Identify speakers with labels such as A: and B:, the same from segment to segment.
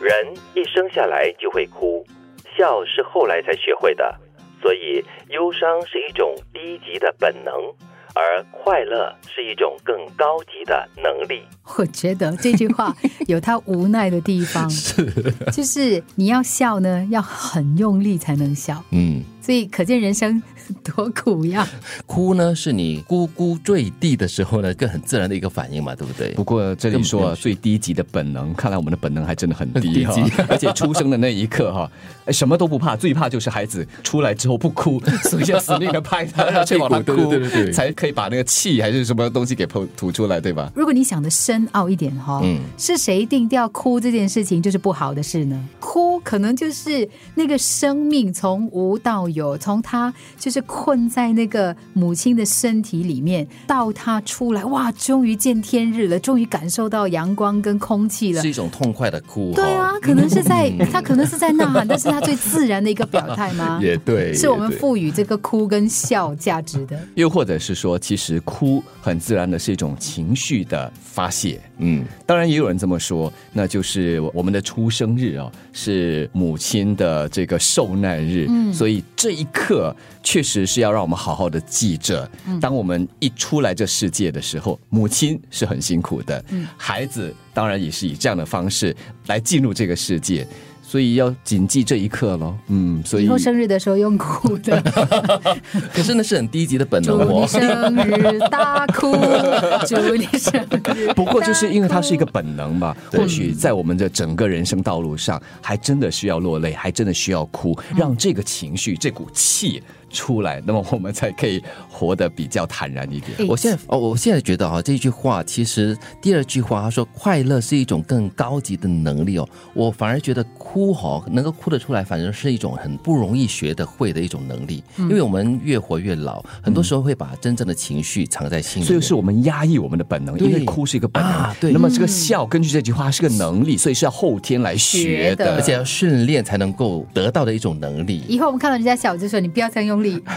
A: 人一生下来就会哭，笑是后来才学会的，所以忧伤是一种低级的本能，而快乐是一种更高级的能力。
B: 我觉得这句 话有他无奈的地方，
C: 是，
B: 就是你要笑呢，要很用力才能笑，
C: 嗯，
B: 所以可见人生 多苦呀。
C: 哭呢是你咕咕坠地的时候呢，一个很自然的一个反应嘛，对不对
D: 不？过这里
C: 根本
D: 说
C: 没有
D: 啊最低级的本能，看来我们的本能还真的很低
C: 低
D: 哈、
C: 级
D: 而且出生的那一刻哈、哎什么都不怕，最怕就是孩子出来之后不哭，所以要死命的拍他， 然后去往他
C: 屁
D: 哭，
C: 股对对对对
D: 才可以把那个气还是什么东西给吐吐出来，对吧？
B: 如果你想的深奥一点哈、
C: 嗯
B: 是谁定掉哭这件事情就是不好的事呢？哭可能就是那个生命从无到有，从他就是困在那个母亲的身体里面，到他出来，哇，终于见天日了，终于感受到阳光跟空气了
C: 是。一种痛快的哭、哦，
B: 对啊，可能是在
D: 嗯
B: 他可能是在呐喊，但是他最自然的一个表态 吗？
C: 也对，
B: 是我们
C: 也对
B: 赋予这个哭跟笑价值的。
D: 又或者是说，其实哭很自然的是一种情绪的发泄。
C: 嗯，
D: 当然，也有人这么说，那就是我们的出生日啊，是母亲的这个受难日，
B: 嗯
D: 所以这一刻确实是要让我们好好的记着。
B: 嗯
D: 当我们一出来这世界的时候，母亲是很辛苦的，
B: 嗯
D: 孩子当然也是以这样的方式来进入这个世界，所以要谨记这一刻咯。嗯，所
B: 以
D: 以
B: 后生日的时候用哭 的。
C: 可是那是很低级的本能
B: 祝你
C: 哦。
B: 生日大 哭，祝你生日。
D: 不过，就是因为它是一个本能吧，
C: 对
D: 或许在我们的整个人生道路上，还真的需要落泪，还真的需要哭，
B: 嗯
D: 让这个情绪、这股气出来，那么我们才可以活得比较坦然一点。
B: 诶
C: 我现在哦， 我现在觉得哈、这句话其实第二句话他说快乐是一种更高级的能力哦，我反而觉得哭哈、能够哭得出来，反正是一种很不容易学得会的一种能力，
D: 嗯
C: 因为我们越活越老，很多时候会把真正的情绪藏在心里面。
D: 所以是我们压抑我们的本能，
C: 对
D: 因为哭是一个本能。
C: 啊对
D: 那么这个笑，根据这句话是个能力，所以是要后天来学
B: 学的
D: 的。
C: 而且要训练才能够得到的一种能力。
B: 以后我们看到人家笑，我就说你不要这样用 力。
D: 你不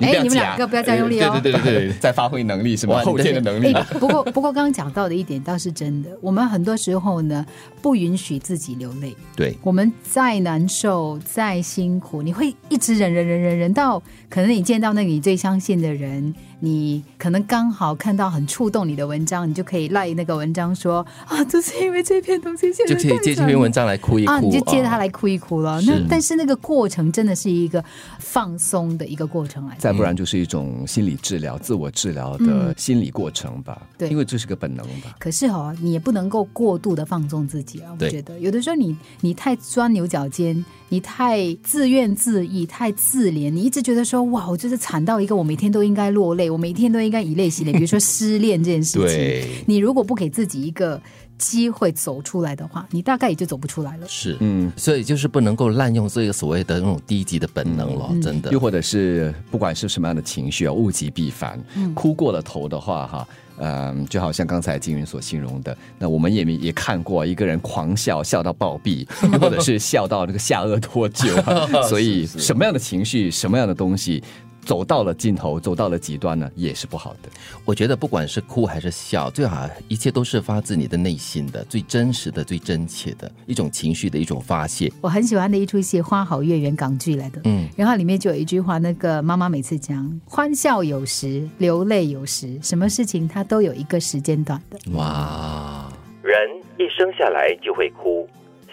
B: 哎，
D: 要
B: 你们
D: 假
B: 两个不要这样用力哦。
D: 对对 对，在发挥能力是吗？
C: 哇
D: 后天的能力
B: 哎。，不过不过，刚刚讲到的一点倒是真的，我们很多时候呢，不允许自己流泪。
C: 对，
B: 我们再难受、再辛苦，你会一直忍、忍、忍、忍、忍到可能你见到那个你最相信的人，你可能刚好看到很触动你的文章，你就可以赖那个文章说啊，就是因为这篇东西现在
C: 就可以借这篇文章来哭一哭
B: 啊，你就借它
C: 啊
B: 来哭一哭了。
C: 是
B: 那但是那个过程真的是一个放松的一个过程来的。
D: 再不然就是一种心理治疗、自我治疗的心理过程吧。
B: 嗯对
D: 因为这是个本能吧。
B: 可是哦，你也不能够过度的放纵自己啊。我
C: 对
B: 觉得有的时候你你太钻牛角尖，你太自怨自艾，太自怜，你一直觉得说哇，我就是惨到一个我每天都应该落泪，我每天都应该以泪 洗脸。比如说失恋这件事情，
C: 对，
B: 你如果不给自己一个机会走出来的话，你大概也就走不出来了。
C: 是，
D: 嗯，
C: 所以就是不能够滥用这个所谓的那种低级的本能了，
B: 嗯
C: 真的
D: 又。或者是不管是什么样的情绪啊，物极必反。哭过了头的话，哈，嗯，就好像刚才金云所形容的，那我们也也看过一个人狂笑，笑到暴毙，又或者是笑到那个下颚脱臼啊、所以什么样的情绪，什么样的东西。走到了尽头，走到了极端呢，也是不好的。
C: 我觉得不管是哭还是笑，最好啊一切都是发自你的内心的、最真实的、最真切的一种情绪的一种发泄。
B: 我很喜欢的一出戏《花好月圆》港剧来的，
C: 嗯，
B: 然后里面就有一句话，那个妈妈每次讲，欢笑有时，流泪有时，什么事情它都有一个时间段的。
C: 哇，
A: 人一生下来就会哭，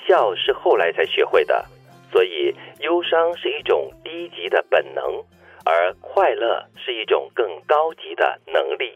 A: 笑是后来才学会的，所以忧伤是一种低级的本能，而快乐是一种更高级的能力。